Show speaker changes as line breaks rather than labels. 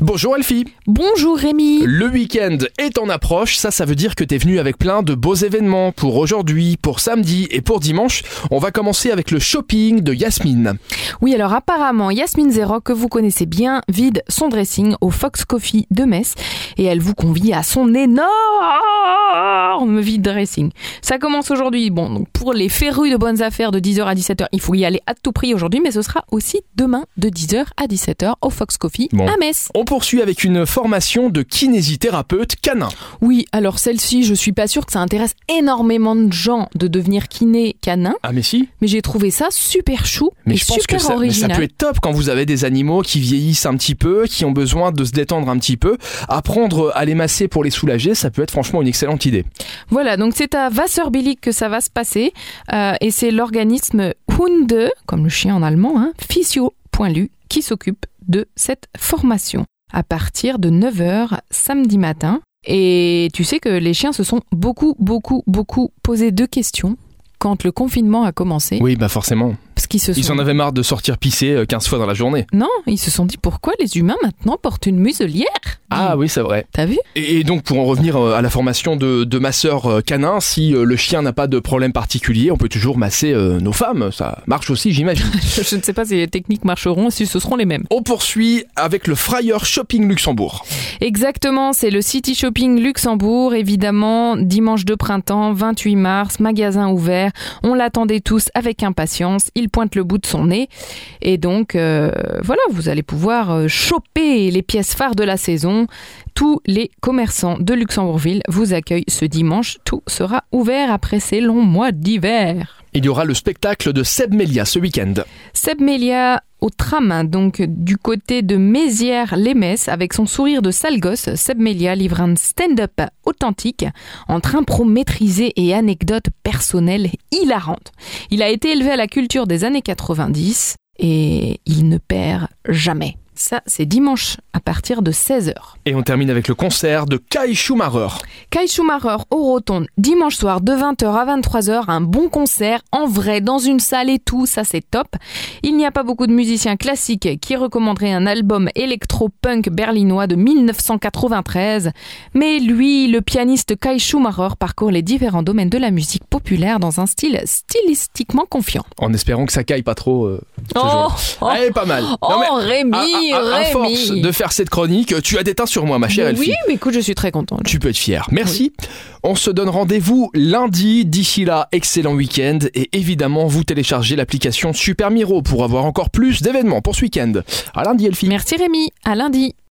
Bonjour Elfie
Bonjour Rémi
Le week-end est en approche, ça ça veut dire que t'es venu avec plein de beaux événements pour aujourd'hui, pour samedi et pour dimanche. On va commencer avec le shopping de Yasmine.
Oui, alors apparemment, Yasmine Zero, que vous connaissez bien, vide son dressing au Fox Coffee de Metz et elle vous convie à son énorme vide dressing. Ça commence aujourd'hui. Bon, donc pour les férus de bonnes affaires de 10h à 17h, il faut y aller à tout prix aujourd'hui, mais ce sera aussi demain de 10h à 17h au Fox Coffee
Bon.
à Metz.
On poursuit avec une formation de kinésithérapeute canin.
Oui, alors celle-ci, je suis pas sûre que ça intéresse énormément de gens de devenir kiné canin,
Ah mais si
mais j'ai trouvé ça super chou
mais
et
je pense
super
que ça, mais ça
original.
peut être top quand vous avez des animaux qui vieillissent un petit peu, qui ont besoin de se détendre un petit peu. Apprendre à les masser pour les soulager, ça peut être franchement une excellente idée.
Voilà, donc c'est à Wasserbillig que ça va se passer. euh, et c'est l'organisme Hunde, comme le chien en allemand, hein, physio.lu, qui s'occupe de cette formation à partir de 9h samedi matin. Et tu sais que les chiens se sont beaucoup, beaucoup, beaucoup posé deux questions quand le confinement a commencé.
Oui, bah forcément.
Parce qu'ils se sont...
Ils en avaient marre de sortir pisser euh, 15 fois dans la journée.
Non, ils se sont dit pourquoi les humains maintenant portent une muselière
Ah oui, c'est vrai.
T'as vu
Et et donc pour en revenir euh, à la formation de, de masseur euh, canin, si euh, le chien n'a pas de problème particulier, on peut toujours masser euh, nos femmes, ça marche aussi j'imagine.
Je ne sais pas si les techniques marcheront, si ce seront les mêmes.
on poursuit avec le Fryer Shopping Luxembourg.
Exactement, c'est le City Shopping Luxembourg, évidemment, dimanche de printemps, 28 mars, magasin ouvert. On l'attendait tous avec impatience, il pointe le bout de son nez. Et donc, euh, voilà, vous allez pouvoir euh, choper les pièces phares de la saison. Tous les commerçants de Luxembourgville vous accueillent ce dimanche. Tout sera ouvert après ces longs mois d'hiver.
Il y aura le spectacle de Seb Melia ce week-end.
Seb Melia au tram, donc du côté de Mézières-les-Messes, avec son sourire de sale gosse, Seb Melia livre un stand-up authentique, entre impro maîtrisé et anecdotes personnelles hilarantes. Il a été élevé à la culture des années 90 et il ne perd jamais. Ça, c'est dimanche à partir de 16h.
Et on termine avec le concert de Kai Schumacher.
Kai Schumacher au Rotonde, dimanche soir de 20h à 23h, un bon concert en vrai, dans une salle et tout, ça c'est top. Il n'y a pas beaucoup de musiciens classiques qui recommanderaient un album électro-punk berlinois de 1993, mais lui, le pianiste Kai Schumacher, parcourt les différents domaines de la musique populaire dans un style stylistiquement confiant.
En espérant que ça caille pas trop. euh, ce
Oh,
jour-là.
oh,
Allez, pas mal. Non, mais,
oh, Rémi,
à- à- à force
Rémi.
de faire cette chronique, tu as des teints sur moi, ma chère
Mais
Elfie.
oui, mais écoute, je suis très contente.
Tu peux être fier. Merci. On se donne rendez-vous lundi. D'ici là, excellent week-end. Et évidemment, vous téléchargez l'application Super Miro pour avoir encore plus d'événements pour ce week-end. À lundi, Elfie.
Merci Rémi, à lundi.